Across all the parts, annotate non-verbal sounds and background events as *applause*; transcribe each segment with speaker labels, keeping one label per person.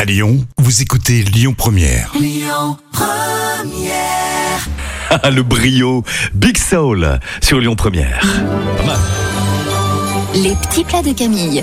Speaker 1: À Lyon, vous écoutez Lyon Première.
Speaker 2: Ah, le brio Big Soul sur Lyon Première. Pas mal.
Speaker 3: Les petits plats de Camille.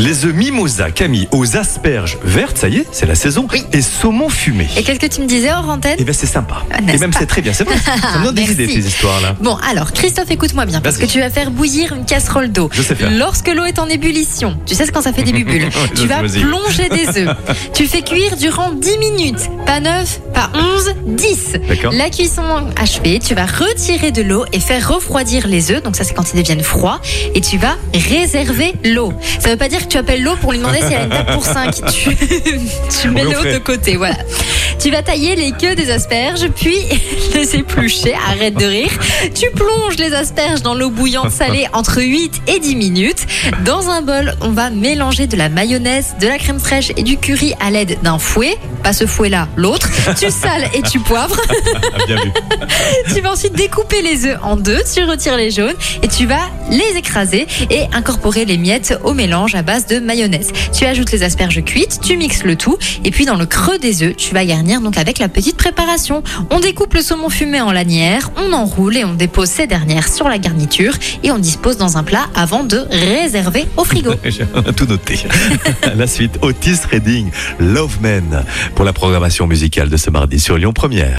Speaker 2: Les œufs mimosa, Camille, aux asperges vertes, ça y est, c'est la saison, et saumon fumé.
Speaker 3: Et qu'est-ce que tu me disais hors antenne
Speaker 2: Eh bien, c'est sympa.
Speaker 3: Ah,
Speaker 2: et
Speaker 3: n'est-ce
Speaker 2: même,
Speaker 3: pas
Speaker 2: c'est très bien. C'est
Speaker 3: *laughs*
Speaker 2: vrai. Ça me donne des
Speaker 3: Merci.
Speaker 2: idées, ces histoires-là.
Speaker 3: Bon, alors, Christophe, écoute-moi bien, parce que
Speaker 2: Vas-y.
Speaker 3: tu vas faire bouillir une casserole d'eau.
Speaker 2: Je sais faire.
Speaker 3: Lorsque l'eau est en ébullition, tu sais ce quand ça fait
Speaker 2: *laughs*
Speaker 3: des bulles,
Speaker 2: je
Speaker 3: tu vas
Speaker 2: sais, vas-y.
Speaker 3: plonger des
Speaker 2: *laughs*
Speaker 3: œufs. tu fais cuire durant 10 minutes, pas 9, pas 11, 10.
Speaker 2: D'accord.
Speaker 3: La cuisson achevée, tu vas retirer de l'eau et faire refroidir les œufs, donc ça c'est quand ils deviennent froids, et tu vas réserver l'eau. Ça veut pas dire que tu appelles l'eau pour lui demander si elle a une table pour 5. Tu, tu mets
Speaker 2: On le
Speaker 3: l'eau
Speaker 2: fait.
Speaker 3: de côté, voilà. Tu vas tailler les queues des asperges, puis *laughs* les éplucher, arrête de rire. Tu plonges les asperges dans l'eau bouillante salée entre 8 et 10 minutes. Dans un bol, on va mélanger de la mayonnaise, de la crème fraîche et du curry à l'aide d'un fouet. Pas ce fouet-là, l'autre. Tu sales et tu poivres.
Speaker 2: Ah, bien
Speaker 3: *laughs*
Speaker 2: vu.
Speaker 3: Tu vas ensuite découper les œufs en deux, tu retires les jaunes et tu vas les écraser et incorporer les miettes au mélange à base de mayonnaise. Tu ajoutes les asperges cuites, tu mixes le tout et puis dans le creux des œufs, tu vas garnir donc avec la petite préparation. On découpe le saumon fumé en lanières, on enroule et on dépose ces dernières sur la garniture et on dispose dans un plat avant de réserver au frigo.
Speaker 2: J'ai tout noté. *laughs* la suite, Otis Redding, Love Men, pour la programmation musicale de ce mardi sur Lyon Première.